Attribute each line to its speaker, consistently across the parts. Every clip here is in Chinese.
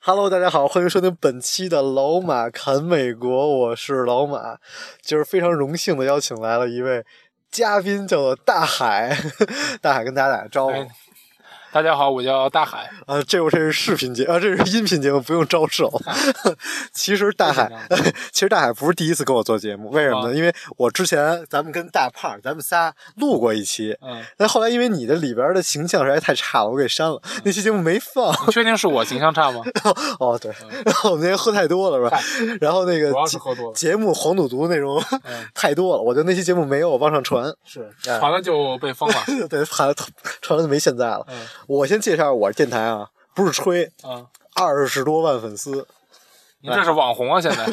Speaker 1: Hello，大家好，欢迎收听本期的老马侃美国，我是老马，就是非常荣幸的邀请来了一位嘉宾，叫做大海， 大海跟大家打个招呼。
Speaker 2: 哎大家好，我叫大 海。
Speaker 1: 啊，这我这是视频节啊，这是音频节目，不用招手。 其实大海， 其实大海不是第一次跟我做节目，为什么呢？
Speaker 2: 啊
Speaker 1: 因为我之前咱们跟大胖儿，咱们仨录过一期，
Speaker 2: 嗯，
Speaker 1: 但后来因为你的里边的形象实在太差了，我给删了，
Speaker 2: 嗯
Speaker 1: 那期节目没放。
Speaker 2: 你确定是我形象差 吗？
Speaker 1: 哦，对，我们那天喝太多了是吧？ 然后那个
Speaker 2: 嗯主要是
Speaker 1: 节
Speaker 2: 喝多了
Speaker 1: 节目黄赌毒内容
Speaker 2: 嗯，
Speaker 1: 太多了，我就那期节目没有往上传，
Speaker 2: 是，
Speaker 1: 哎
Speaker 2: 完了就被 封了。
Speaker 1: 对，传了传了就没现在了。
Speaker 2: 嗯
Speaker 1: 我先介绍我电台啊，不是吹，
Speaker 2: 嗯，
Speaker 1: 二十多万粉丝，
Speaker 2: 你这是网红啊，现在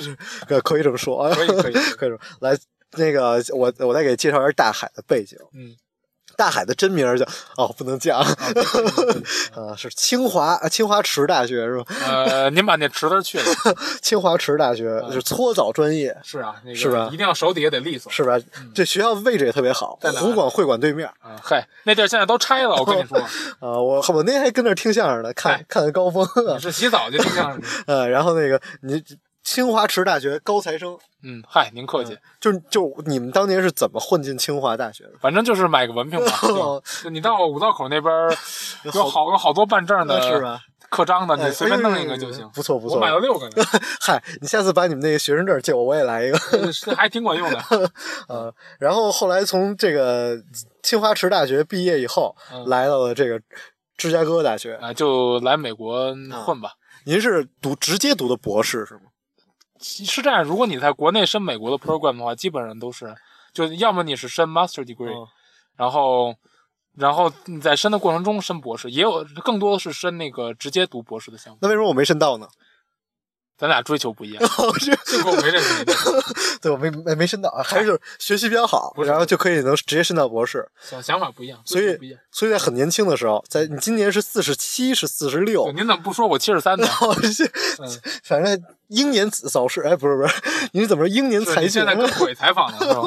Speaker 1: 呃，可以这么说啊，
Speaker 2: 可以可以
Speaker 1: 可以这么来。那个，我我再给介绍一下大海的背景。
Speaker 2: 嗯，
Speaker 1: 大海的真名儿叫哦，不能讲 啊，是清华啊清华池大学是吧？
Speaker 2: 呃，您把那池子去了。
Speaker 1: 清华池大学
Speaker 2: 嗯
Speaker 1: 就是搓澡专业，
Speaker 2: 是啊，那个
Speaker 1: 是吧
Speaker 2: 一定要手底下得利索。
Speaker 1: 是吧？这学校位置也特别好，
Speaker 2: 嗯在哪儿
Speaker 1: 湖广会馆对面啊、
Speaker 2: 啊，嗨，那地儿现在都拆了，我跟你说，
Speaker 1: 我我那天还跟那儿听相声呢，看
Speaker 2: 哎
Speaker 1: 看高峰
Speaker 2: 你是洗澡就听相声去。
Speaker 1: 啊。然后那个你清华池大学高材生，
Speaker 2: 嗯，嗨，您客气，
Speaker 1: 就就你们当年是怎么混进清华大学的？
Speaker 2: 反正就是买个文 凭吧。
Speaker 1: 哦
Speaker 2: 就就你到五道口那边儿， 有好有好多办证的，
Speaker 1: 是吧？
Speaker 2: 刻章的，
Speaker 1: 哎
Speaker 2: 你随便弄一
Speaker 1: 哎
Speaker 2: 个
Speaker 1: 哎
Speaker 2: 就
Speaker 1: 哎
Speaker 2: 行。
Speaker 1: 不错不错
Speaker 2: 我买了六个 呢，
Speaker 1: 嗨，你下次把你们那个学生证借我，我也来一个。
Speaker 2: 这还挺管用 的。
Speaker 1: 呃，然后后来从这个清华池大学毕业以后，
Speaker 2: 嗯
Speaker 1: 来到了这个芝加哥大学。
Speaker 2: 啊，就来美国混吧。
Speaker 1: 您是读直接读的博士是吗？
Speaker 2: 是这样，如果你在国内申美国的 program 的话，基本上都是，就要么你是申 master degree，、
Speaker 1: 哦
Speaker 2: 然后，然后你在申的过程中申博士，也有更多的是申那个直接读博士的项目。
Speaker 1: 那为什么我没申到呢？
Speaker 2: 咱俩追求 不一样，
Speaker 1: 我哦是
Speaker 2: 这个我没认识你。
Speaker 1: 对，我没没没申到，还是学习比较好，
Speaker 2: 不是
Speaker 1: 然后就可以能直接申到博士。
Speaker 2: 想想法不一样，
Speaker 1: 所
Speaker 2: 追
Speaker 1: 以
Speaker 2: 求不一样。，
Speaker 1: 所以在很年轻的时候，在你今年是四十七，是四十
Speaker 2: 对
Speaker 1: 六，
Speaker 2: 您怎么不说我七十三 呢？
Speaker 1: 哦，是
Speaker 2: 嗯
Speaker 1: 反正英年早逝，哎，不是不是，你怎么说英年
Speaker 2: 是
Speaker 1: 才哦
Speaker 2: 您
Speaker 1: 俊
Speaker 2: 现在跟鬼采访呢， 是吧？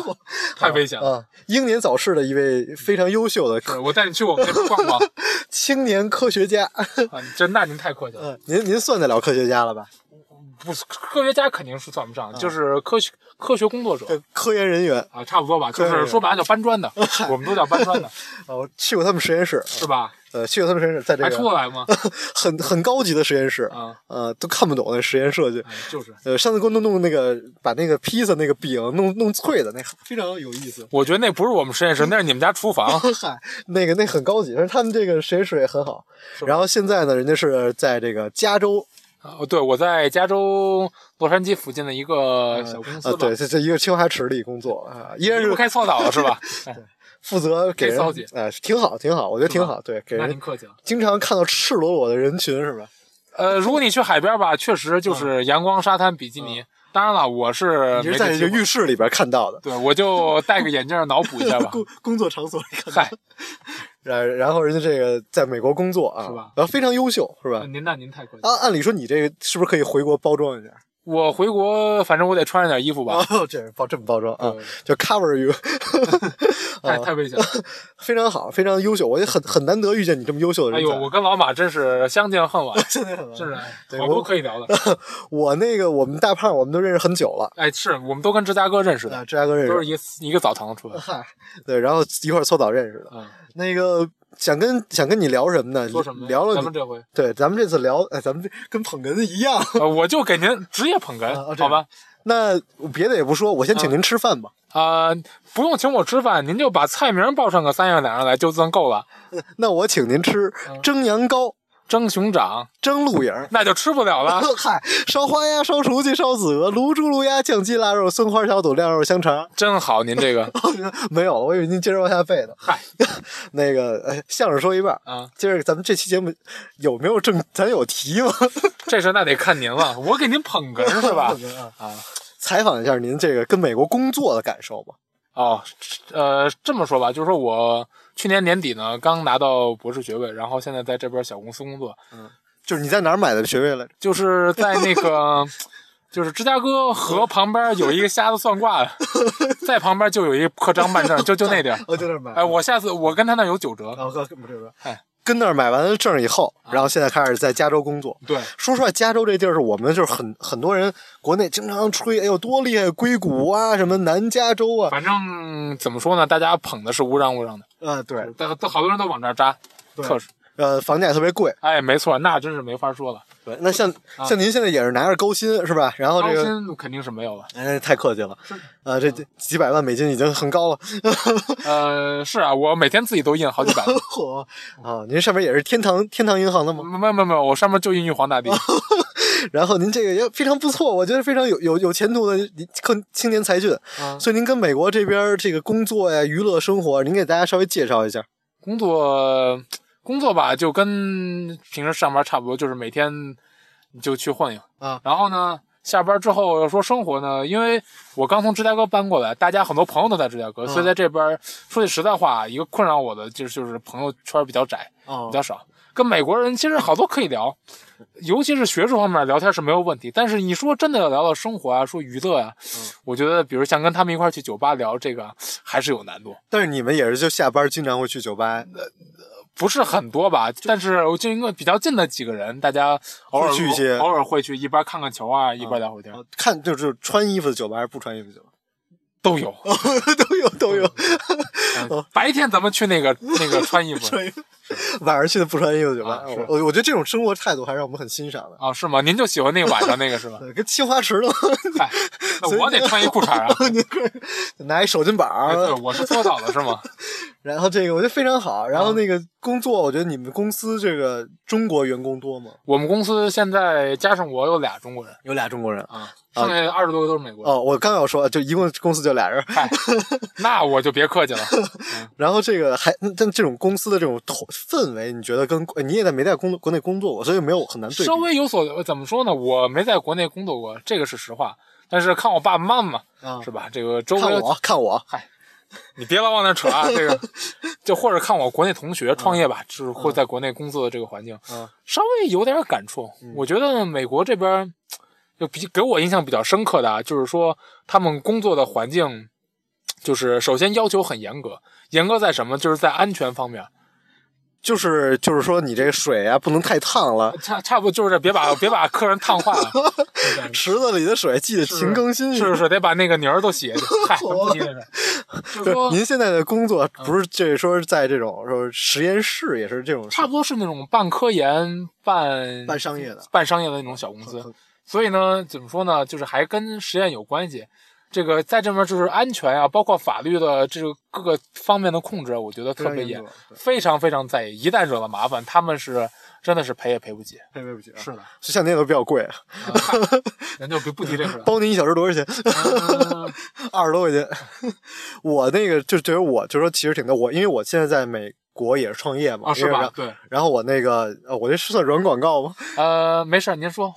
Speaker 2: 太危险了。
Speaker 1: 啊？英年早逝的一位非常优秀的
Speaker 2: 是我带你去我们那边逛逛
Speaker 1: 青年科学家，
Speaker 2: 啊！这那您太客气了，
Speaker 1: 嗯，您您算得了科学家了 吧？
Speaker 2: 不是科学家肯定是算不上，就是科学科学工作者
Speaker 1: 嗯对，科研人员
Speaker 2: 啊，差不多吧，就
Speaker 1: 对
Speaker 2: 是说白了叫 搬砖的，我们都叫搬砖的，
Speaker 1: 啊，我去过他们实验室，
Speaker 2: 是吧？
Speaker 1: 呃，去过他们实验室， 在这
Speaker 2: 还出得
Speaker 1: 个
Speaker 2: 来吗？
Speaker 1: 很很高级的实验室，
Speaker 2: 啊，
Speaker 1: 呃，都看不懂那实验设计。
Speaker 2: 哎就是，
Speaker 1: 呃，上次给我弄弄那个，把那个披萨那个饼弄弄脆的，那个非常有意思。
Speaker 2: 我觉得那不是我们实验室，那是你们家厨房。
Speaker 1: 嗨，那个那很高级，但是他们这个实验室也很好。
Speaker 2: 吧
Speaker 1: 然后现在呢，人家是在这个加州，
Speaker 2: 哦，对，我在加州洛杉矶附近的一个
Speaker 1: 呃
Speaker 2: 小公
Speaker 1: 啊、
Speaker 2: 司吧
Speaker 1: 对，，这这一个清华池里工作啊、依然
Speaker 2: 离不
Speaker 1: 是
Speaker 2: 开搓澡是吧？哎
Speaker 1: 负责给人
Speaker 2: 骚姐，
Speaker 1: 哎、挺好，挺好，我觉得挺好， 对，给
Speaker 2: 那
Speaker 1: 人
Speaker 2: 您客气了。
Speaker 1: 经常看到赤裸裸的人群是吧？
Speaker 2: 呃，如果你去海边吧，确实就是阳光、沙滩、比基尼。当然了，我是
Speaker 1: 嗯你
Speaker 2: 呃没
Speaker 1: 是在
Speaker 2: 这
Speaker 1: 这个
Speaker 2: 机会
Speaker 1: 浴室里边看到的，
Speaker 2: 对，我就戴个眼镜脑补一 下吧。
Speaker 1: 工工作场所里看到
Speaker 2: 嗨，
Speaker 1: 然然后人家这个在美国工作啊，
Speaker 2: 是吧嗯
Speaker 1: 然后非常优秀是吧？
Speaker 2: 您那您太客气了。
Speaker 1: 按按理说你这个是不是可以回国包装一下？
Speaker 2: 我回国，反正我得穿上点衣 服吧，
Speaker 1: 哦，这包这么包装啊
Speaker 2: 对，哎
Speaker 1: 就 cover you，啊
Speaker 2: 太太危险
Speaker 1: 哦
Speaker 2: 了。
Speaker 1: 非常好，非常优秀，我也很很难得遇见你这么优秀的
Speaker 2: 哎
Speaker 1: 人
Speaker 2: 呦，
Speaker 1: 才。
Speaker 2: 我跟老马真是相见 恨晚，
Speaker 1: 真的很忙
Speaker 2: 真是哎
Speaker 1: 对
Speaker 2: 好
Speaker 1: 我
Speaker 2: 多可以聊的。
Speaker 1: 我那个我们大胖，我们都认识很久了，
Speaker 2: 哎，是我们都跟芝加哥认识的
Speaker 1: 啊，，芝加哥认
Speaker 2: 嗯都是
Speaker 1: 识，
Speaker 2: 一个一个澡堂出来的。
Speaker 1: 嗨，对，然后一块儿搓澡认识的。
Speaker 2: 嗯，
Speaker 1: 那个想跟想跟你聊什么呢？
Speaker 2: 说什么呀？
Speaker 1: 聊了
Speaker 2: 咱
Speaker 1: 你
Speaker 2: 们这回，
Speaker 1: 对，咱们这次聊，哎，咱们这跟捧哏一样。
Speaker 2: 呃，我就给您职业捧
Speaker 1: 啊啊这
Speaker 2: 哏，
Speaker 1: 样
Speaker 2: 好吧？
Speaker 1: 那别的也不说，我先请
Speaker 2: 啊
Speaker 1: 您吃饭吧。
Speaker 2: 啊、不用请我吃饭，您就把菜名报上个三样两样来就算够了。嗯
Speaker 1: 那我请您吃蒸羊羔。
Speaker 2: 蒸熊掌
Speaker 1: 蒸鹿眼儿。
Speaker 2: 那就吃不了了。
Speaker 1: 嗨，烧花鸭、烧雏鸡、烧子鹅、卤猪、卤鸭、酱鸡、腊肉、松花小肚、晾肉香肠。
Speaker 2: 真好，您这个
Speaker 1: 没有了，我以为您接着往下背呢。
Speaker 2: 嗨，
Speaker 1: 那个，哎，相声说一半，
Speaker 2: 啊，
Speaker 1: 今儿咱们这期节目有没有正？咱有题吗？
Speaker 2: 这事儿那得看 您了，我给您捧哏是吧？啊，
Speaker 1: 采访一下您这个跟美国工作的感受吧。
Speaker 2: 哦，呃，这么说吧，就是说我去年年底呢刚拿到博士学位，然后现在在这边小公司工作，
Speaker 1: 就是你在哪儿买的学位来着？
Speaker 2: 就是在那个就是芝加哥河旁边有一个瞎子算卦，在旁边就有一个刻章办证，就就那点儿。
Speaker 1: 哦，就那儿买
Speaker 2: 哎，我下次我跟他那有九折。
Speaker 1: 然后跟这边
Speaker 2: 哎，
Speaker 1: 跟那儿买完了证以后，然后现在开始在加州工作。
Speaker 2: 对，
Speaker 1: 说实话，加州这地儿是我们就是很很多人国内经常吹，哎呦多厉害，硅谷啊，什么南加州啊，
Speaker 2: 反正怎么说呢，大家捧的是乌嚷乌嚷的，
Speaker 1: 呃，对，
Speaker 2: 但都好多人都往这儿扎，
Speaker 1: 对
Speaker 2: 特是
Speaker 1: 呃，房价也特别贵。
Speaker 2: 哎，没错，那真是没法说了。
Speaker 1: 对，那像、
Speaker 2: 啊
Speaker 1: 像您现在也是拿着高薪是吧？然后
Speaker 2: 高
Speaker 1: 哦这个，
Speaker 2: 薪肯定是没有了。
Speaker 1: 哎，太客气了，啊，这这几百万美金已经很 高了。。
Speaker 2: 呃，是啊，我每天自己都印好几百万
Speaker 1: 嚯啊，您上面也是天堂天堂银行的吗？
Speaker 2: 没有没有没有，我上面就印玉皇大帝。
Speaker 1: 然后您这个也非常不错，我觉得非常有有有前途的您更青年才俊。
Speaker 2: 啊
Speaker 1: 所以您跟美国这边这个工作呀、娱乐生活，您给大家稍微介绍一下。
Speaker 2: 工作工作吧，就跟平时上班差不多，就是每天就去混悠
Speaker 1: 啊
Speaker 2: 然后呢，下班之后要说生活呢，因为我刚从芝加哥搬过来，大家很多朋友都在芝加哥，所以在这边说句实在话，一个困扰我的就是就是朋友圈比较窄，
Speaker 1: 哦
Speaker 2: 比较少。跟美国人其实好多可以聊，尤其是学术方面聊天是没有问题。但是你说真的要聊到生活啊，说娱乐啊，我觉得比如像跟他们一块儿去酒吧聊这个还是有难度。
Speaker 1: 但是你们也是就下班经常会去酒吧，呃
Speaker 2: 不是很多吧，但是我就应该比较近的几个人，大家偶尔
Speaker 1: 会去一些
Speaker 2: 偶尔会去一边看看球啊，一边聊会天，
Speaker 1: 呃看就是穿衣服的酒吧还是不穿衣服的酒吧？
Speaker 2: 都有。
Speaker 1: 都有都 有，
Speaker 2: 嗯白天咱们去 那个那个穿衣服
Speaker 1: 穿衣服， 晚上去的不穿衣服的酒吧。
Speaker 2: 啊是
Speaker 1: 我我我觉得这种生活态度还是让我们很欣赏的。
Speaker 2: 啊，是吗？您就喜欢那个晚上那 个是吧？
Speaker 1: 对，跟青花瓷的，
Speaker 2: 嗨，那 我得穿一裤衩 啊。
Speaker 1: 拿一手巾板
Speaker 2: 哎对
Speaker 1: 儿，，
Speaker 2: 我是搓澡的是吗？
Speaker 1: 然后这个我觉得非常好。然后
Speaker 2: 嗯
Speaker 1: 那个工作，我觉得你们公司这个中国员工多吗？
Speaker 2: 我们公司现在加上我有俩中国人
Speaker 1: 有俩中国人。
Speaker 2: 啊，剩下二十多个都是美国人。
Speaker 1: 哦，我刚要说，就一共公司就俩人。
Speaker 2: 嗨，那我就别客气了。
Speaker 1: 然后这个还，但这种公司的这种头氛围，你觉得跟呃你也在没在工国内工作过，所以没有很难对比
Speaker 2: 稍微有所呃怎么说呢？我没在国内工作过，这个是实话。但是看我爸妈嘛，
Speaker 1: 啊
Speaker 2: 是吧？这个周
Speaker 1: 看
Speaker 2: 围
Speaker 1: 我，啊看我，
Speaker 2: 你别老往那扯啊，这个就或者看我国内同学创业吧，就是或在国内工作的这个环境，
Speaker 1: 嗯
Speaker 2: 稍微有点感触。我觉得美国这边儿就比给我印象比较深刻的啊，就是说他们工作的环境，就是首先要求很严格，严格在什么？就是在安全方面，
Speaker 1: 就是就是说你这个水啊不能太烫了，
Speaker 2: 差差不多就是别把别把客人烫 坏了，
Speaker 1: 池子里的水记得勤更新。
Speaker 2: 嗯是是是，得把那个泥儿都洗下去。 嗨，不提这事儿，就是
Speaker 1: 对
Speaker 2: 说
Speaker 1: 您现在的工作不是这说是在这种说实验室，也是这种
Speaker 2: 差不多是那种半科研半
Speaker 1: 办商业的
Speaker 2: 半商业的那种小公司。所以呢，怎么说呢，就是还跟实验有关系。这个在这边就是安全啊，包括法律的这个各个方面的控制，我觉得特别严，
Speaker 1: 非常严格对
Speaker 2: 非常非常在意。一旦惹了麻烦，他们是真的是赔也赔不起。
Speaker 1: 配备不起啊，
Speaker 2: 是的， 啊
Speaker 1: 像那个都比较贵，
Speaker 2: 嗨咱就不不提 这事了。
Speaker 1: 包你一小时多少钱？
Speaker 2: 嗯
Speaker 1: 二十多块钱。我那个就觉得我就说其实挺逗，我因为我现在在美国也是创业嘛，
Speaker 2: 啊，是
Speaker 1: 因为
Speaker 2: 吧
Speaker 1: 然？
Speaker 2: 对，
Speaker 1: 然后我那个呃，我这是算软广告吗？
Speaker 2: 呃，没事儿，您说。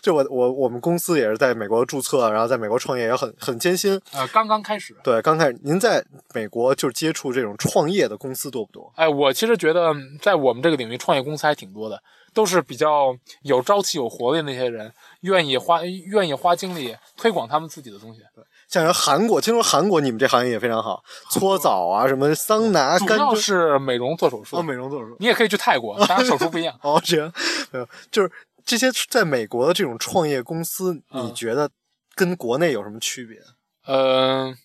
Speaker 1: 就我我我们公司也是在美国注册，然后在美国创业也很很艰辛。
Speaker 2: 呃，刚刚开始。
Speaker 1: 对，刚开始您在美国就接触这种创业的公司多不多？
Speaker 2: 哎，我其实觉得嗯在我们这个领域，创业公司还挺多的，都是比较有朝气、有活力的那些人，愿意花愿意花精力推广他们自己的东西。
Speaker 1: 像人韩国，听说韩国你们这行业也非常好，搓澡啊，什么桑拿、
Speaker 2: 主
Speaker 1: 干
Speaker 2: 要
Speaker 1: 蒸
Speaker 2: 是美容做手术，
Speaker 1: 哦，美容做手术。
Speaker 2: 你也可以去泰国，当然手术不一样
Speaker 1: 哦，这样，没有，就是这些在美国的这种创业公司，
Speaker 2: 嗯
Speaker 1: 你觉得跟国内有什么区别？
Speaker 2: 嗯、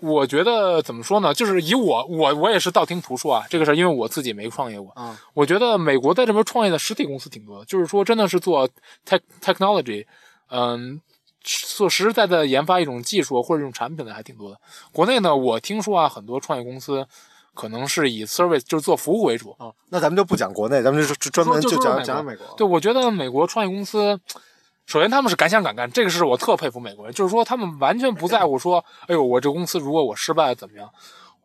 Speaker 2: 我觉得怎么说呢，就是以我我我也是道听途说啊，这个事儿因为我自己没创业过。
Speaker 1: 啊
Speaker 2: 我觉得美国在这边创业的实体公司挺多的，就是说真的是做 tech technology，嗯，做实实在在地研发一种技术或者一种产品的还挺多的。国内呢，我听说啊，很多创业公司可能是以 service 就是做服务为主。
Speaker 1: 哦，那咱们就不讲国内，咱们就专门
Speaker 2: 就就
Speaker 1: 讲
Speaker 2: 是
Speaker 1: 讲
Speaker 2: 美
Speaker 1: 美国。
Speaker 2: 对，我觉得美国创业公司，首先他们是敢想敢干，这个是我特佩服美国人，就是说他们完全不在乎说，哎呦，我这公司如果我失败了怎么样？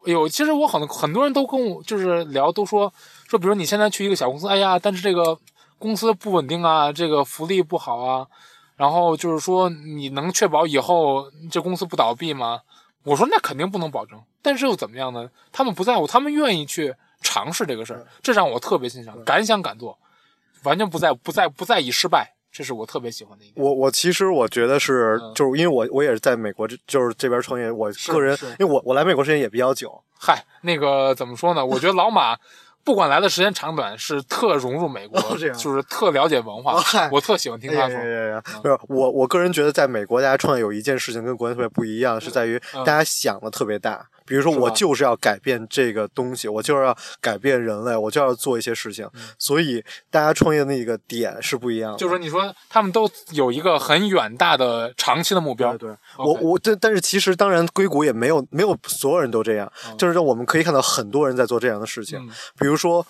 Speaker 2: 哎呦，其实我很很多人都跟我就是聊，都说说，比如你现在去一个小公司，哎呀，但是这个公司不稳定啊，这个福利不好啊，然后就是说你能确保以后这公司不倒闭吗？我说那肯定不能保证，但是又怎么样呢？他们不在乎，他们愿意去尝试这个事儿，这让我特别欣赏，敢想敢做，完全不在不在不在意失败，这是我特别喜欢的一点。
Speaker 1: 我我其实我觉得是
Speaker 2: 嗯，
Speaker 1: 就是因为我我也是在美国这，就是这边创业，我
Speaker 2: 是
Speaker 1: 个人
Speaker 2: 是，
Speaker 1: 因为我我来美国时间也比较久，
Speaker 2: 嗨，那个怎么说呢？我觉得老马不管来的时间长短，是特融入美国，
Speaker 1: 哦这样
Speaker 2: 就是特了解文化，
Speaker 1: 哦嗨
Speaker 2: 我特喜欢听他
Speaker 1: 哎
Speaker 2: 说。嗯
Speaker 1: 呀呀呀呀不是我，我个人觉得在美国，大家创业有一件事情跟国内特别不一样，是在于
Speaker 2: 嗯
Speaker 1: 大家想的特别大。比如说，
Speaker 2: 是吧
Speaker 1: 我就是要改变这个东西，我就是要改变人类，我就要做一些事情。所以大家创业的那个点是不一样的。
Speaker 2: 嗯就是说，你说他们都有一个很远大的长期的目标，
Speaker 1: 对对，我
Speaker 2: OK
Speaker 1: 我但但是其实当然硅谷也没有没有所有人都这样，就是让我们可以看到很多人在做这样的事情，
Speaker 2: 嗯
Speaker 1: 比如说。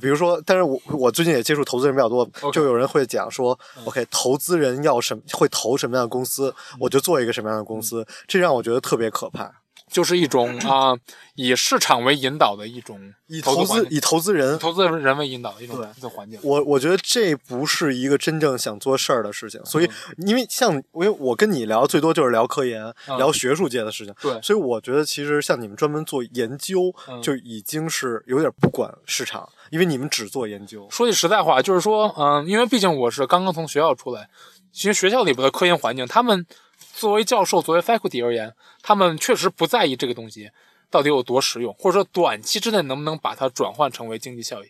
Speaker 1: 比如说，但是我我最近也接触投资人比较多
Speaker 2: OK 嗯
Speaker 1: 就有人会讲说、o k 投资人要什么会投什么样的公司，我就做一个什么样的
Speaker 2: 嗯
Speaker 1: 公司，这让我觉得特别可怕。
Speaker 2: 就是一种啊、以市场为引导的一种
Speaker 1: 以
Speaker 2: 投
Speaker 1: 投
Speaker 2: 资环
Speaker 1: 资
Speaker 2: 境
Speaker 1: 以投资人，
Speaker 2: 投资人为引导的一种
Speaker 1: 对
Speaker 2: 投资环境。
Speaker 1: 我我觉得这不是一个真正想做事儿的事情，所以因为像因为我跟你聊最多就是聊科研、
Speaker 2: 嗯
Speaker 1: 聊学术界的事情，
Speaker 2: 对
Speaker 1: 所以我觉得其实像你们专门做研究，
Speaker 2: 嗯
Speaker 1: 就已经是有点不管市场，因为你们只做研究。
Speaker 2: 说句实在话，就是说，嗯，因为毕竟我是刚刚从学校出来，其实学校里边的科研环境，他们作为教授、作为 faculty 而言，他们确实不在意这个东西到底有多实用，或者说短期之内能不能把它转换成为经济效益。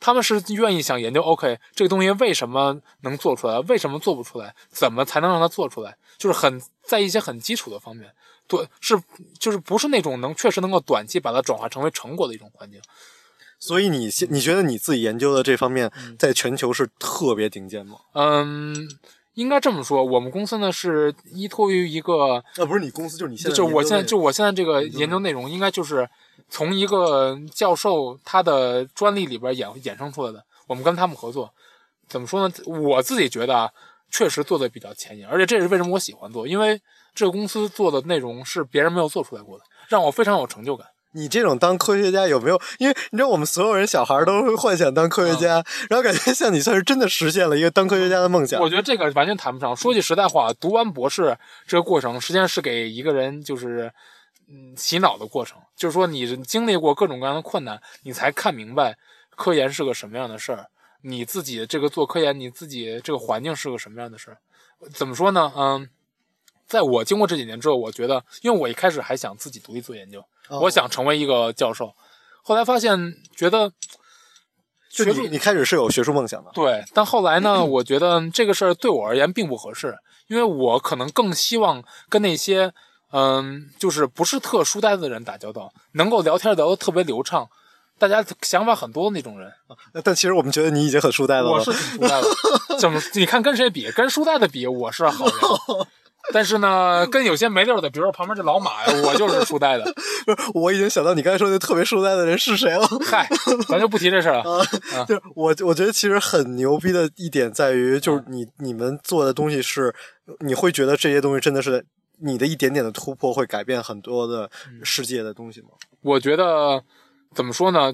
Speaker 2: 他们是愿意想研究，OK，这个东西为什么能做出来，为什么做不出来，怎么才能让它做出来，就是很在一些很基础的方面，对，是就是不是那种能确实能够短期把它转化成为成果的一种环境。
Speaker 1: 所以你
Speaker 2: 嗯
Speaker 1: 现你觉得你自己研究的这方面，在全球是特别顶尖吗？
Speaker 2: 嗯，应该这么说，我们公司呢是依托于一个，
Speaker 1: 啊，不是你公司，就是你现在
Speaker 2: 就我
Speaker 1: 研究
Speaker 2: 现在
Speaker 1: 的
Speaker 2: 就我现在这个研究内容，应该就是从一个教授他的专利里边衍衍生出来的。我们跟他们合作，怎么说呢？我自己觉得啊，确实做的比较前沿，而且这是为什么我喜欢做，因为这个公司做的内容是别人没有做出来过的，让我非常有成就感。
Speaker 1: 你这种当科学家有没有？因为你知道我们所有人小孩都会幻想当科学
Speaker 2: 嗯
Speaker 1: 家，然后感觉像你算是真的实现了一个当科学家的梦想。
Speaker 2: 我觉得这个完全谈不上。说句实在话，读完博士这个过程，实际上是给一个人就是嗯洗脑的过程，就是说你经历过各种各样的困难，你才看明白科研是个什么样的事儿，你自己这个做科研，你自己这个环境是个什么样的事儿。怎么说呢？嗯。在我经过这几年之后，我觉得，因为我一开始还想自己独立做研究，
Speaker 1: 哦
Speaker 2: 我想成为一个教授，后来发现觉得
Speaker 1: 就
Speaker 2: 学术
Speaker 1: 你你开始是有学术梦想的。
Speaker 2: 对，但后来呢，我觉得这个事儿对我而言并不合适，因为我可能更希望跟那些嗯，就是不是特书呆子的人打交道，能够聊天聊得特别流畅，大家想法很多的那种人。
Speaker 1: 但其实我们觉得你已经很书呆子了。
Speaker 2: 我是挺书呆子，怎么？你看跟谁比？跟书呆子比，我是好人。但是呢，跟有些没溜儿的，比如说旁边这老马呀，我就是书呆子。
Speaker 1: 不是 我已经想到你刚才说那特别书呆的人是谁了。
Speaker 2: 嗨，咱就不提这事儿了。
Speaker 1: 就是我，我觉得其实很牛逼的一点在于，就是
Speaker 2: 嗯
Speaker 1: 你你们做的东西是，你会觉得这些东西真的是你的一点点的突破会改变很多的
Speaker 2: 嗯
Speaker 1: 世界的东西吗？
Speaker 2: 我觉得怎么说呢，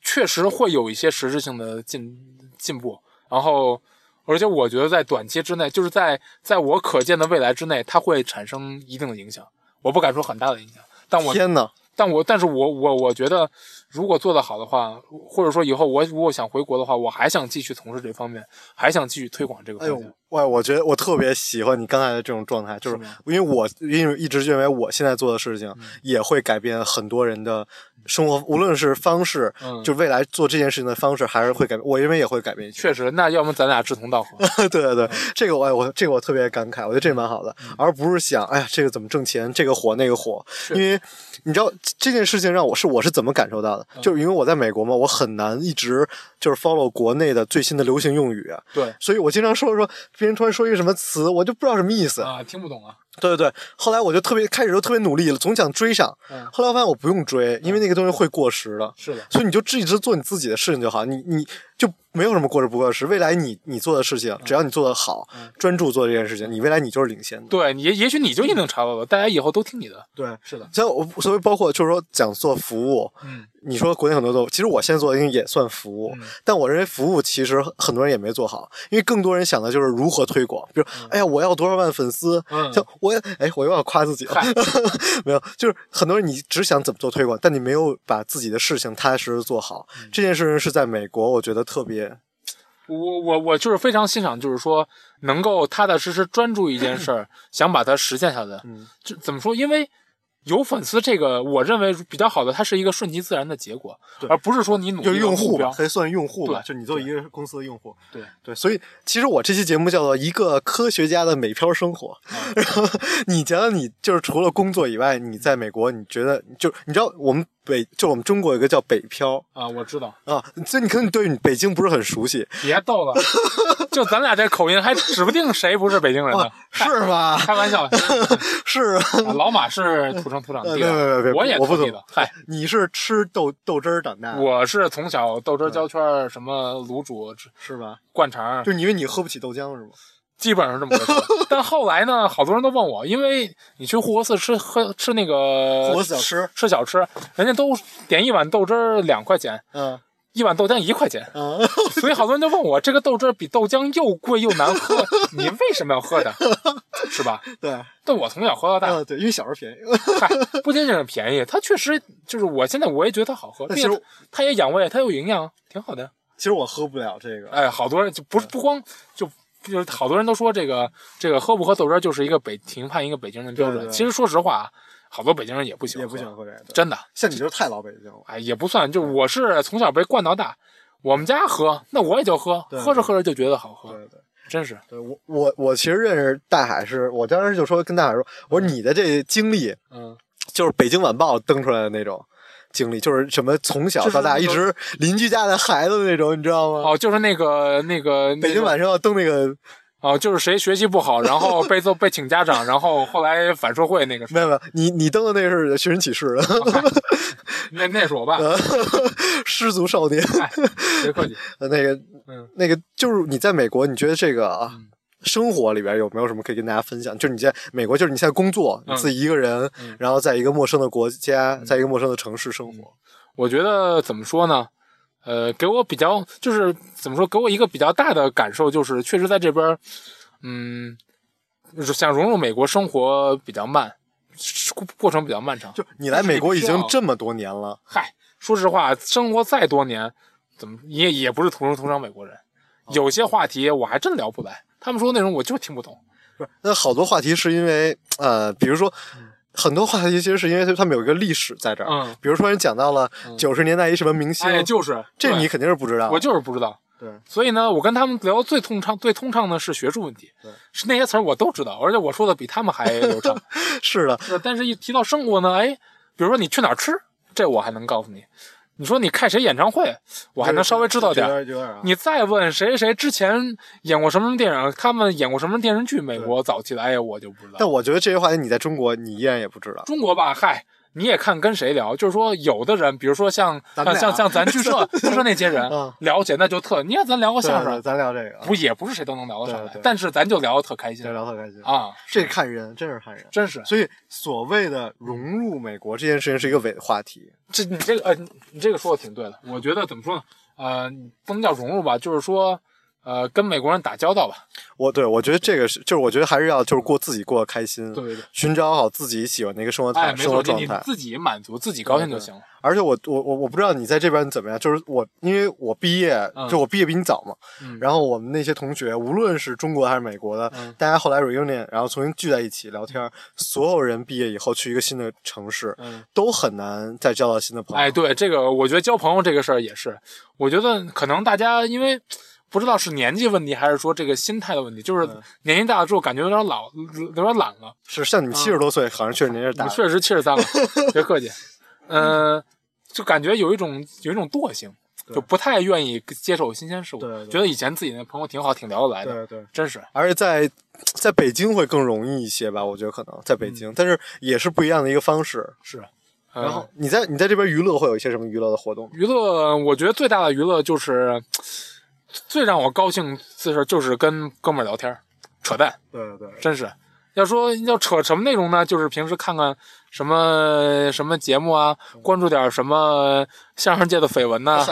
Speaker 2: 确实会有一些实质性的进进步。然后，而且我觉得在短期之内，就是在在我可见的未来之内，它会产生一定的影响。我不敢说很大的影响，但我
Speaker 1: 天哪！
Speaker 2: 但我但是我我我觉得，如果做得好的话，或者说以后我如果想回国的话，我还想继续从事这方面，还想继续推广这个
Speaker 1: 哎
Speaker 2: 方
Speaker 1: 呦
Speaker 2: 向。，
Speaker 1: 哇！我觉得我特别喜欢你刚才的这种状态，就是
Speaker 2: 是吗
Speaker 1: 因
Speaker 2: 嗯
Speaker 1: 为我因为一直认为我现在做的事情也会改变很多人的生活，无论是方式，
Speaker 2: 嗯
Speaker 1: 就未来做这件事情的方式，还是会改变。我认为也会改变一些。
Speaker 2: 确实，嗯那要么咱俩志同道 合。
Speaker 1: 对 对对，这个我哎我这个我特别感慨，我觉得这蛮好的，
Speaker 2: 嗯
Speaker 1: 而不是想哎呀这个怎么挣钱，这个火那个火，因为你知道这这件事情让我是我是怎么感受到的，
Speaker 2: 嗯
Speaker 1: 就是因为我在美国嘛，我很难一直就是 follow 国内的最新的流行用语，啊
Speaker 2: 对
Speaker 1: 所以我经常说说别人突然说一个什么词，我就不知道什么意思，
Speaker 2: 啊，听不懂啊。
Speaker 1: 对对对，后来我就特别开始就特别努力了，总想追上
Speaker 2: 嗯，
Speaker 1: 后来我发现我不用追，因为那个东西会过时的，
Speaker 2: 是的，
Speaker 1: 所以你就一直做你自己的事情就好，你你就没有什么过时不过时。未来你你做的事情，只要你做得好，
Speaker 2: 嗯
Speaker 1: 专注做这件事情，你未来你就是领先的。
Speaker 2: 对，你也也许你就一定查到了，大家以后都听你的。
Speaker 1: 对，
Speaker 2: 是的，
Speaker 1: 像我所以包括就是说讲做服务，
Speaker 2: 嗯，
Speaker 1: 你说国内很多做，其实我现在做的应该也算服务，
Speaker 2: 嗯
Speaker 1: 但我认为服务其实很多人也没做好，因为更多人想的就是如何推广，比如、哎呀我要多少万粉丝，
Speaker 2: 嗯
Speaker 1: 像我也哎我又要夸自己了， 没有，就是很多人你只想怎么做推广，但你没有把自己的事情踏踏实实做好，
Speaker 2: 嗯
Speaker 1: 这件事情是在美国我觉得特别
Speaker 2: 我我我就是非常欣赏，就是说能够踏踏实实专注一件事儿，想把它实现下来。
Speaker 1: 嗯，
Speaker 2: 就怎么说？因为有粉丝这个，我认为比较好的，它是一个顺其自然的结果，
Speaker 1: 对
Speaker 2: 而不是说你努力
Speaker 1: 就是
Speaker 2: 一个
Speaker 1: 用
Speaker 2: 目
Speaker 1: 户吧，
Speaker 2: 标。
Speaker 1: 可以算用户吧，
Speaker 2: 对
Speaker 1: 就你作为一个公司的用户。
Speaker 2: 对
Speaker 1: 对，所以其实我这期节目叫做《一个科学家的美漂生活》
Speaker 2: 啊
Speaker 1: 然后你讲讲你就是除了工作以外，你在美国，你觉得就你知道我们北就我们中国有一个叫北漂
Speaker 2: 啊，我知道，
Speaker 1: 啊，所以你可能对北京不是很熟悉
Speaker 2: 别逗了， 就咱俩这口音，还指不定谁不是北京人呢
Speaker 1: 啊。，是吗？
Speaker 2: 开玩笑，啊
Speaker 1: 是啊吗，
Speaker 2: 老马是土生土长
Speaker 1: 呃
Speaker 2: 地
Speaker 1: 别别别别
Speaker 2: 的，我也
Speaker 1: 我不
Speaker 2: 特
Speaker 1: 懂
Speaker 2: 地的。 嗨，
Speaker 1: 你是吃豆豆汁儿长大的，
Speaker 2: 我是从小豆汁儿焦圈儿什么卤煮
Speaker 1: 是吧？
Speaker 2: 灌肠儿，
Speaker 1: 就你因为你喝不起豆浆是吗？
Speaker 2: 基本上是这么个 事儿。但后来呢，好多人都问我，因为你去护国寺吃喝吃那个
Speaker 1: 护国寺小吃
Speaker 2: 吃小吃，人家都点一碗豆汁儿两块钱，
Speaker 1: 嗯
Speaker 2: 一碗豆浆一 块钱，
Speaker 1: 嗯，
Speaker 2: 所以好多人就问我，这个豆汁儿比豆浆又贵又难 喝，你为什么要喝它？是吧？
Speaker 1: 对，
Speaker 2: 但我从小喝到大，
Speaker 1: 嗯对，因为小时候便宜。
Speaker 2: 嗨，不仅仅是便宜，它确实就是我现在我也觉得它好喝，
Speaker 1: 那
Speaker 2: 并
Speaker 1: 其实
Speaker 2: 且它也养胃，它有营养，挺好的。
Speaker 1: 其实我喝不了这个，
Speaker 2: 哎，好多人就
Speaker 1: 嗯
Speaker 2: 不是不光就就是好多人都说这个这个喝不喝豆汁儿就是一个北评判一个北京人的标准。
Speaker 1: 对对对
Speaker 2: 其实说实话，啊好多北京人也不喜欢
Speaker 1: 也
Speaker 2: 喝
Speaker 1: 不喜欢喝这个。对
Speaker 2: 真的，
Speaker 1: 像你就是太老北京了。
Speaker 2: 哎，也不算。就我是从小被惯到大，我们家喝，那我也就喝，
Speaker 1: 对
Speaker 2: 喝着喝着就觉得好喝，
Speaker 1: 对对
Speaker 2: 真是。
Speaker 1: 对，我我我其实认识大海是，我当时就说跟大海说，我说你的这经历
Speaker 2: 嗯，
Speaker 1: 就是《北京晚报》登出来的那种经历，就是什么从小到大
Speaker 2: 就
Speaker 1: 一
Speaker 2: 是那
Speaker 1: 直邻居家的孩子那种，你知道吗？
Speaker 2: 哦，就是那个那个
Speaker 1: 北京
Speaker 2: 那个
Speaker 1: 晚上要登那个，
Speaker 2: 哦，就是谁学习不好，然后被揍被请家长，然后后来反社会那个事儿。
Speaker 1: 没有没有，你你登的那是寻人启事的
Speaker 2: 那那是我爸，
Speaker 1: 呃
Speaker 2: 哎
Speaker 1: 失足少年，
Speaker 2: 别客气。
Speaker 1: 那个
Speaker 2: 嗯
Speaker 1: 那个就是你在美国，你觉得这个啊生活里边有没有什么可以跟大家分享？就是你在美国，就是你现在工作，
Speaker 2: 嗯
Speaker 1: 你自己一个人，
Speaker 2: 嗯
Speaker 1: 然后在一个陌生的国家，在一个陌生的城市生活，
Speaker 2: 我觉得怎么说呢？呃，给我比较就是怎么说，给我一个比较大的感受就是，确实在这边儿，嗯，想融入美国生活比较慢，过过程比较漫长。
Speaker 1: 就你来美国已
Speaker 2: 但是
Speaker 1: 经
Speaker 2: 你必须要
Speaker 1: 这么多年了，
Speaker 2: 嗨，说实话，生活再多年，怎么也也不是土生土长美国人，
Speaker 1: 哦
Speaker 2: 有些话题我还真聊不来。他们说的内容我就听不懂。
Speaker 1: 那好多话题是因为呃，比如说。很多话题其实是因为他们有一个历史在这儿，
Speaker 2: 嗯
Speaker 1: 比如说人讲到了
Speaker 2: 嗯
Speaker 1: 九十年代一什么明星，
Speaker 2: 哎，就是
Speaker 1: 这
Speaker 2: 对
Speaker 1: 你肯定是不知道的。
Speaker 2: 我就是不知道。
Speaker 1: 对
Speaker 2: 所以呢，我跟他们聊得最通畅、最通畅的是学术问题，
Speaker 1: 对
Speaker 2: 是那些词儿我都知道，而且我说的比他们还 流畅。
Speaker 1: 是的，
Speaker 2: 是但是，一提到生活呢，哎，比如说你去哪儿吃，这我还能告诉你；你说你看谁演唱会，我还能稍微知道点儿。
Speaker 1: 有点有点啊
Speaker 2: 你再问谁谁之前演过什么电影，他们演过什么电视剧，美国早期的，哎，我就不知道
Speaker 1: 但。我觉得这些话题你在中国你依然也不知道。
Speaker 2: 中国吧，嗨，你也看跟谁聊，就是说有的人，比如说像
Speaker 1: 咱
Speaker 2: 呃
Speaker 1: 们
Speaker 2: 像
Speaker 1: 俩
Speaker 2: 像像咱剧 社剧社那些人
Speaker 1: 嗯
Speaker 2: 了解，那就特，你看咱聊个
Speaker 1: 对
Speaker 2: 相
Speaker 1: 对
Speaker 2: 声，
Speaker 1: 咱聊这个啊，
Speaker 2: 不也不是谁都能聊得上
Speaker 1: 对
Speaker 2: 来
Speaker 1: 对，
Speaker 2: 但是咱就聊得特开心
Speaker 1: 聊特开心！
Speaker 2: 啊，
Speaker 1: 这看人，真是看人。
Speaker 2: 真是。嗯
Speaker 1: 所以，所谓的融入美国这件事情是一个伪话题。
Speaker 2: 这你这个呃，你这个说的挺对的。我觉得怎么说呢？呃，不能叫融入吧，就是说，呃，跟美国人打交道吧。
Speaker 1: 我对我觉得这个是，就是我觉得还是要就是过自己过得开心，
Speaker 2: 对对对。
Speaker 1: 寻找好自己喜欢的一个生活态、
Speaker 2: 哎，没
Speaker 1: 生
Speaker 2: 错，
Speaker 1: 活
Speaker 2: 就
Speaker 1: 状
Speaker 2: 你
Speaker 1: 态。
Speaker 2: 自己满足，自己高兴就行了。
Speaker 1: 而且我我我我不知道你在这边怎么样，就是我因为我毕业，
Speaker 2: 嗯
Speaker 1: 就我毕业比你早嘛，
Speaker 2: 嗯
Speaker 1: 然后我们那些同学，无论是中国还是美国的，
Speaker 2: 嗯
Speaker 1: 大家后来 reunion，然后重新聚在一起聊天，所有人毕业以后去一个新的城市，
Speaker 2: 嗯，
Speaker 1: 都很难再交到新的朋友。
Speaker 2: 哎，对这个，我觉得交朋友这个事儿也是，我觉得可能大家因为不知道是年纪问题，还是说这个心态的问题，就是
Speaker 1: 嗯
Speaker 2: 年纪大了之后感觉有点老，有点懒了。
Speaker 1: 是像你们七十多岁，好像确实年纪大
Speaker 2: 我
Speaker 1: 了。
Speaker 2: 确呃实七十三了，别客气。嗯、就感觉有一种有一种惰性。
Speaker 1: 对
Speaker 2: 就不太愿意接受新鲜事物，
Speaker 1: 对对
Speaker 2: 觉得以前自己那朋友挺好，挺聊得来的，
Speaker 1: 对对，
Speaker 2: 真是。
Speaker 1: 而且在在北京会更容易一些吧，我觉得可能在北京，但是也是不一样的一个方式。
Speaker 2: 是，
Speaker 1: 然
Speaker 2: 然
Speaker 1: 后你在你在这边娱乐会有一些什么娱乐的活动吗？
Speaker 2: 娱乐，我觉得最大的娱乐就是最让我高兴的事就是跟哥们儿聊天儿扯淡，
Speaker 1: 对对
Speaker 2: 真是。要说要扯什么内容呢？就是平时看看什么什么节目啊，关注点什么相声界的绯闻 呐、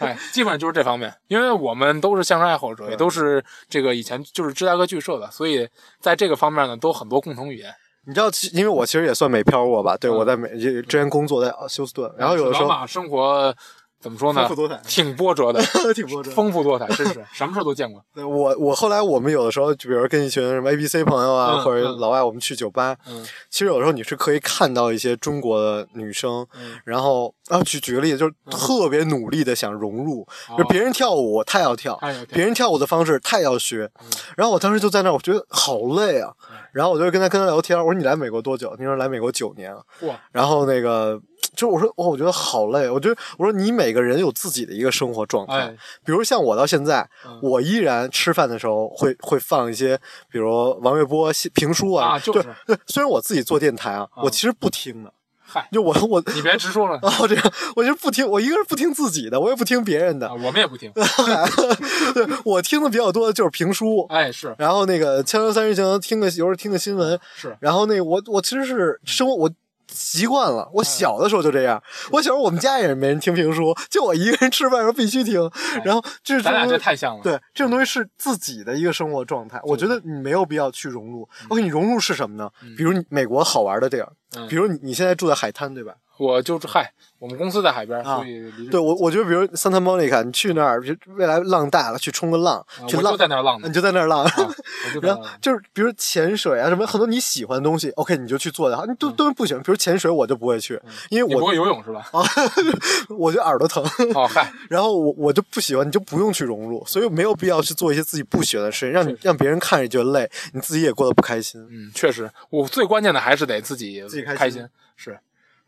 Speaker 2: 哎，基本上就是这方面。因为我们都是相声爱好
Speaker 1: 嗯
Speaker 2: 者，也都是这个以前就是芝加哥剧社的，所以在这个方面呢，都有很多共同语言。
Speaker 1: 你知道，其因为我其实也算美漂过吧，对、
Speaker 2: 嗯
Speaker 1: 我在美之前工作在休斯顿，然后有的时候
Speaker 2: 老马生活怎么说呢
Speaker 1: 丰富多彩？
Speaker 2: 挺波 折的，
Speaker 1: 挺波折
Speaker 2: 丰富多彩，真是 什么事儿都 见过。
Speaker 1: 对我我后来我们有的时候，就比如跟一群什么 ABC 朋友啊，
Speaker 2: 嗯
Speaker 1: 或者
Speaker 2: 嗯
Speaker 1: 老外，我们去酒吧，
Speaker 2: 嗯
Speaker 1: 其实有时候你是可以看到一些中国的女生，
Speaker 2: 嗯
Speaker 1: 然后啊举举个例子，就是特别努力的想融入，
Speaker 2: 哦
Speaker 1: 就别人跳舞她也要跳，
Speaker 2: 哎呦
Speaker 1: 别人跳舞的方式她也要学，
Speaker 2: 嗯
Speaker 1: 然后我当时就在那儿，我觉得好累啊，然后我就跟她跟她聊天，我说你来美国多久？你说来美国九年啊，
Speaker 2: 哇，
Speaker 1: 然后那个。就我说，哇，我觉得好累。我觉得，我说你每个人有自己的一个生活状态，
Speaker 2: 哎，
Speaker 1: 比如像我到现在，
Speaker 2: 嗯
Speaker 1: 我依然吃饭的时候会会放一些，比如王月波新评书啊，
Speaker 2: 啊就是嗯
Speaker 1: 对对。 虽然我自己做电台啊，我其实不听的，
Speaker 2: 嗨，
Speaker 1: 就我我。
Speaker 2: 你别直说了
Speaker 1: 然后这样，我就不听，我一个是不听自己的，我也不听别人
Speaker 2: 啊
Speaker 1: 的，
Speaker 2: 我们也不听，
Speaker 1: 对我听的比较多的就是评书，
Speaker 2: 哎，是
Speaker 1: 然后那个《锵锵三人行》听个有时候听个新闻，
Speaker 2: 是，
Speaker 1: 然后那我我其实是生活我。习惯了，
Speaker 2: 哎
Speaker 1: 我小的时候就这样。我小时候我们家也没人听评书，就我一个人吃饭的时候必须听。然后这是
Speaker 2: 哎咱俩
Speaker 1: 中
Speaker 2: 这
Speaker 1: 国
Speaker 2: 太像了。嗯
Speaker 1: 对，这种东西是自己的一个生活状态，我觉得你没有必要去融入。OK，你融入是什么呢？比如你美国好玩的地儿，
Speaker 2: 嗯
Speaker 1: 比如你你现在住在海滩，对吧？
Speaker 2: 我就是嗨，我们公司在海边，
Speaker 1: 啊
Speaker 2: 所以离这
Speaker 1: 对，我我觉得比如 Santa Monica，你去那儿，比如未来浪大了，去冲个浪
Speaker 2: 啊，
Speaker 1: 去
Speaker 2: 我就
Speaker 1: 浪
Speaker 2: 在，那儿浪呢啊
Speaker 1: 你，就在那儿浪。
Speaker 2: 我就在那
Speaker 1: 然
Speaker 2: 儿
Speaker 1: 后
Speaker 2: 浪
Speaker 1: 就是，比如潜水啊，什么很多你喜欢的东西，OK，你就去做就好。你都都不喜欢，比如潜水，我就不会去，因
Speaker 2: 你
Speaker 1: 为
Speaker 2: 嗯不
Speaker 1: 我啊
Speaker 2: 会游泳是吧？
Speaker 1: 我就耳朵疼。
Speaker 2: 哦，嗨，
Speaker 1: 然后我我就不喜欢，你就不用去融入，所以没有必要去做一些自己不喜欢的事情，让你让别人看着觉得累，你自己也过得不开心。
Speaker 2: 嗯，确实，我最关键的还是得自己
Speaker 1: 自己开心
Speaker 2: 开心，是，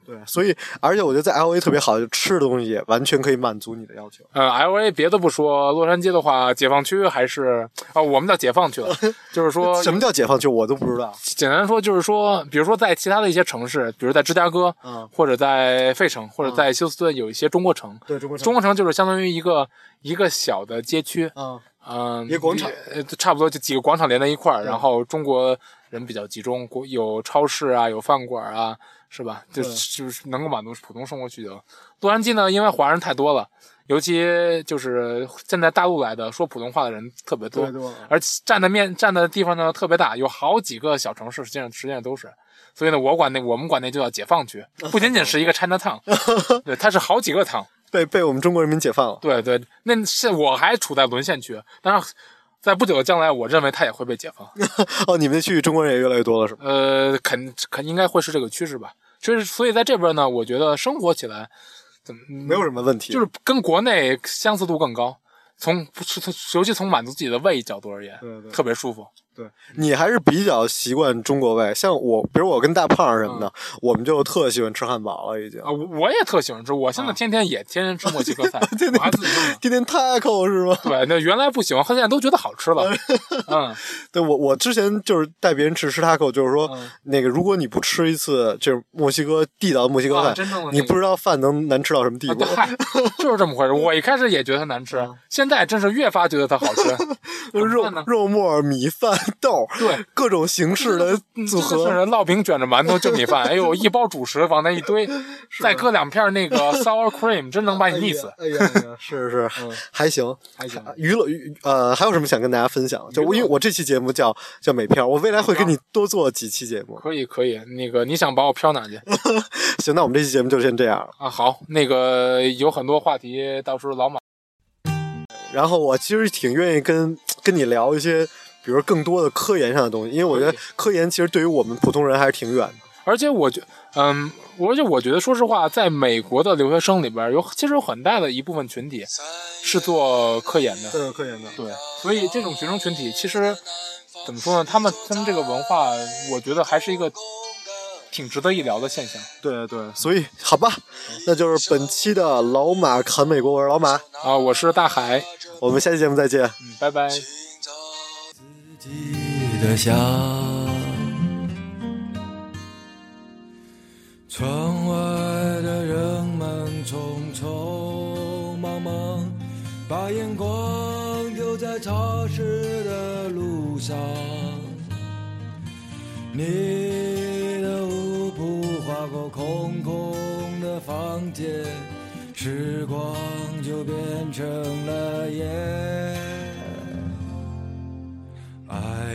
Speaker 1: 对，所以而且我觉得在 L A 特别好，就吃的东西也完全可以满足你的要求。
Speaker 2: 呃，L A 别的不说，洛杉矶的话，解放区还是啊，我们叫解放 区了，就是说
Speaker 1: 什么叫解放区？我都不知道。
Speaker 2: 简单说就是说，比如说在其他的一些城市，比如在芝加哥，
Speaker 1: 嗯
Speaker 2: 或者在费城，或者
Speaker 1: 嗯
Speaker 2: 在休斯顿，有一些中国城。
Speaker 1: 对，中国
Speaker 2: 中国城就是相当于一个一个小的街区，
Speaker 1: 啊，
Speaker 2: 嗯，
Speaker 1: 一个广场
Speaker 2: 呃，差不多就几个广场连在一块儿，
Speaker 1: 对
Speaker 2: 然后中国人比较集中，国有超市啊，有饭馆啊，是吧？就
Speaker 1: 对
Speaker 2: 就是能够满足普通生活需求。洛杉矶呢，因为华人太多了，尤其就是现在大陆来的说普通话的人特别多，
Speaker 1: 多
Speaker 2: 而占的面占的地方呢特别大，有好几个小城市，实际上实际上都是。所以呢，我管那我们管那就叫解 放区，不仅仅是一个 China Town，对，它是好几个 town。
Speaker 1: 被被我们中国人民解放了。
Speaker 2: 对对，那是我还处在沦陷区，但是在不久的将来，我认为它也会被解 放。
Speaker 1: 哦，你们那区域中国人也越来越多了，是吗？
Speaker 2: 呃，肯肯应该会是这个趋势吧。所以所以在这边呢，我觉得生活起来怎么
Speaker 1: 没有什么问题。
Speaker 2: 就是跟国内相似度更高。从不是从，尤其从满足自己的胃角度而言，
Speaker 1: 对对
Speaker 2: 特别舒服。
Speaker 1: 你还是比较习惯中国味，像我，比如我跟大胖什么的，我们就特喜欢吃汉堡了，已经
Speaker 2: 嗯啊，。我我也特喜欢吃，我现在天天也天天吃墨西哥菜，我还自己弄呢。
Speaker 1: 啊 天天 taco 是吗？
Speaker 2: 对，那原来不喜欢，现在都觉得好吃了。嗯，
Speaker 1: 对我，我之前就是带别人吃吃 taco，就是说，
Speaker 2: 嗯
Speaker 1: 那个如果你不吃一次就是墨西哥地道的墨西哥
Speaker 2: 啊
Speaker 1: 菜，
Speaker 2: 真正的
Speaker 1: 你
Speaker 2: 那个
Speaker 1: 不知道饭能难吃到什么地
Speaker 2: 啊
Speaker 1: 步。
Speaker 2: 对嗨， 就是这么回事。我一开始也觉得它难
Speaker 1: 嗯
Speaker 2: 吃，现在真是越发觉得它好 吃。怎么
Speaker 1: 肉
Speaker 2: 办呢？
Speaker 1: 肉末、米饭、豆，
Speaker 2: 对，嗯
Speaker 1: 各种形式的组
Speaker 2: 真的
Speaker 1: 合。
Speaker 2: 是烙饼卷着馒头就米饭，哎呦，一包主食往那一 堆，再搁两片那个 sour cream，真能把你腻死。
Speaker 1: 啊哎呀，哎呀是是，还行。
Speaker 2: 嗯
Speaker 1: 啊
Speaker 2: 还行，
Speaker 1: 娱乐娱呃，还有什么想跟大家分享的？就我因为我这期节目叫叫美漂，我未来会跟你多做几期节目。
Speaker 2: 可以可以。那个你想把我飘哪去
Speaker 1: 行，那我们这期节目就先这样了。
Speaker 2: 啊？好，那个有很多话题，到时候老马
Speaker 1: 然后我其实挺愿意跟跟你聊一些，比如更多的科研上的东西，因为我觉得
Speaker 2: 可以
Speaker 1: 科研其实对于我们普通人还是挺远的。
Speaker 2: 而且我觉，嗯，我而且我觉得，说实话，在美国的留学生里边儿有，其实有很大的一部分群体是做科研的，
Speaker 1: 对，科研的。
Speaker 2: 对，所以这种学生群体其实怎么说呢？他们他们这个文化，我觉得还是一个挺值得一聊的现象
Speaker 1: 对对，所以好吧，那就是本期的老马侃美国，我是老马，
Speaker 2: 啊、我是大海，
Speaker 1: 我们下期节目再见。
Speaker 2: 嗯，拜拜。
Speaker 3: 自己的家。窗外的人们匆匆忙忙，把眼光丢在潮湿的路上。你的舞步划过空空的房间，时光就变成了烟。爱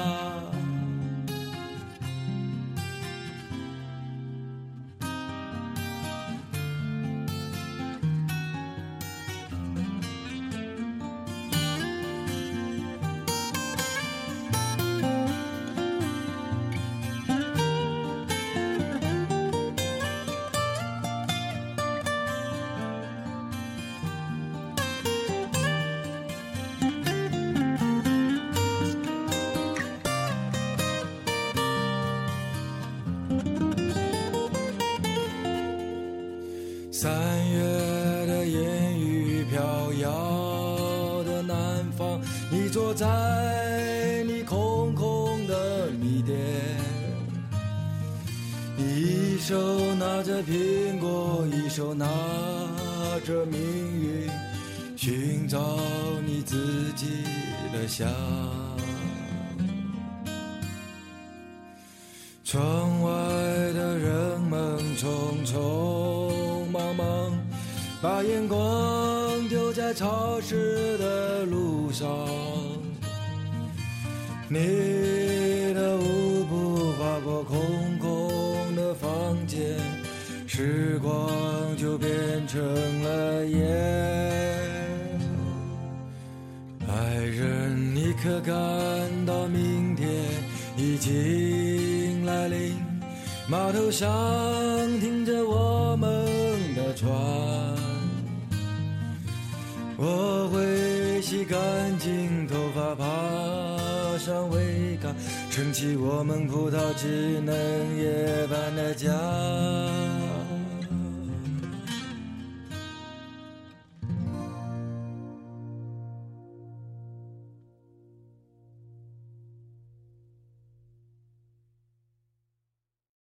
Speaker 3: 三月的烟雨飘摇的南方，你坐在你空空的米店，你一手拿着苹果，一手拿着命运，寻找你自己的家。窗外的人们匆匆忙忙，把眼光丢在潮湿的路上。你的舞步划过空空的房间，时光就变成了烟。爱人一刻感到明天已经来临，码头上停着我们的船。我会洗干净头发，爬上桅杆，撑起我们葡萄枝嫩叶般的家。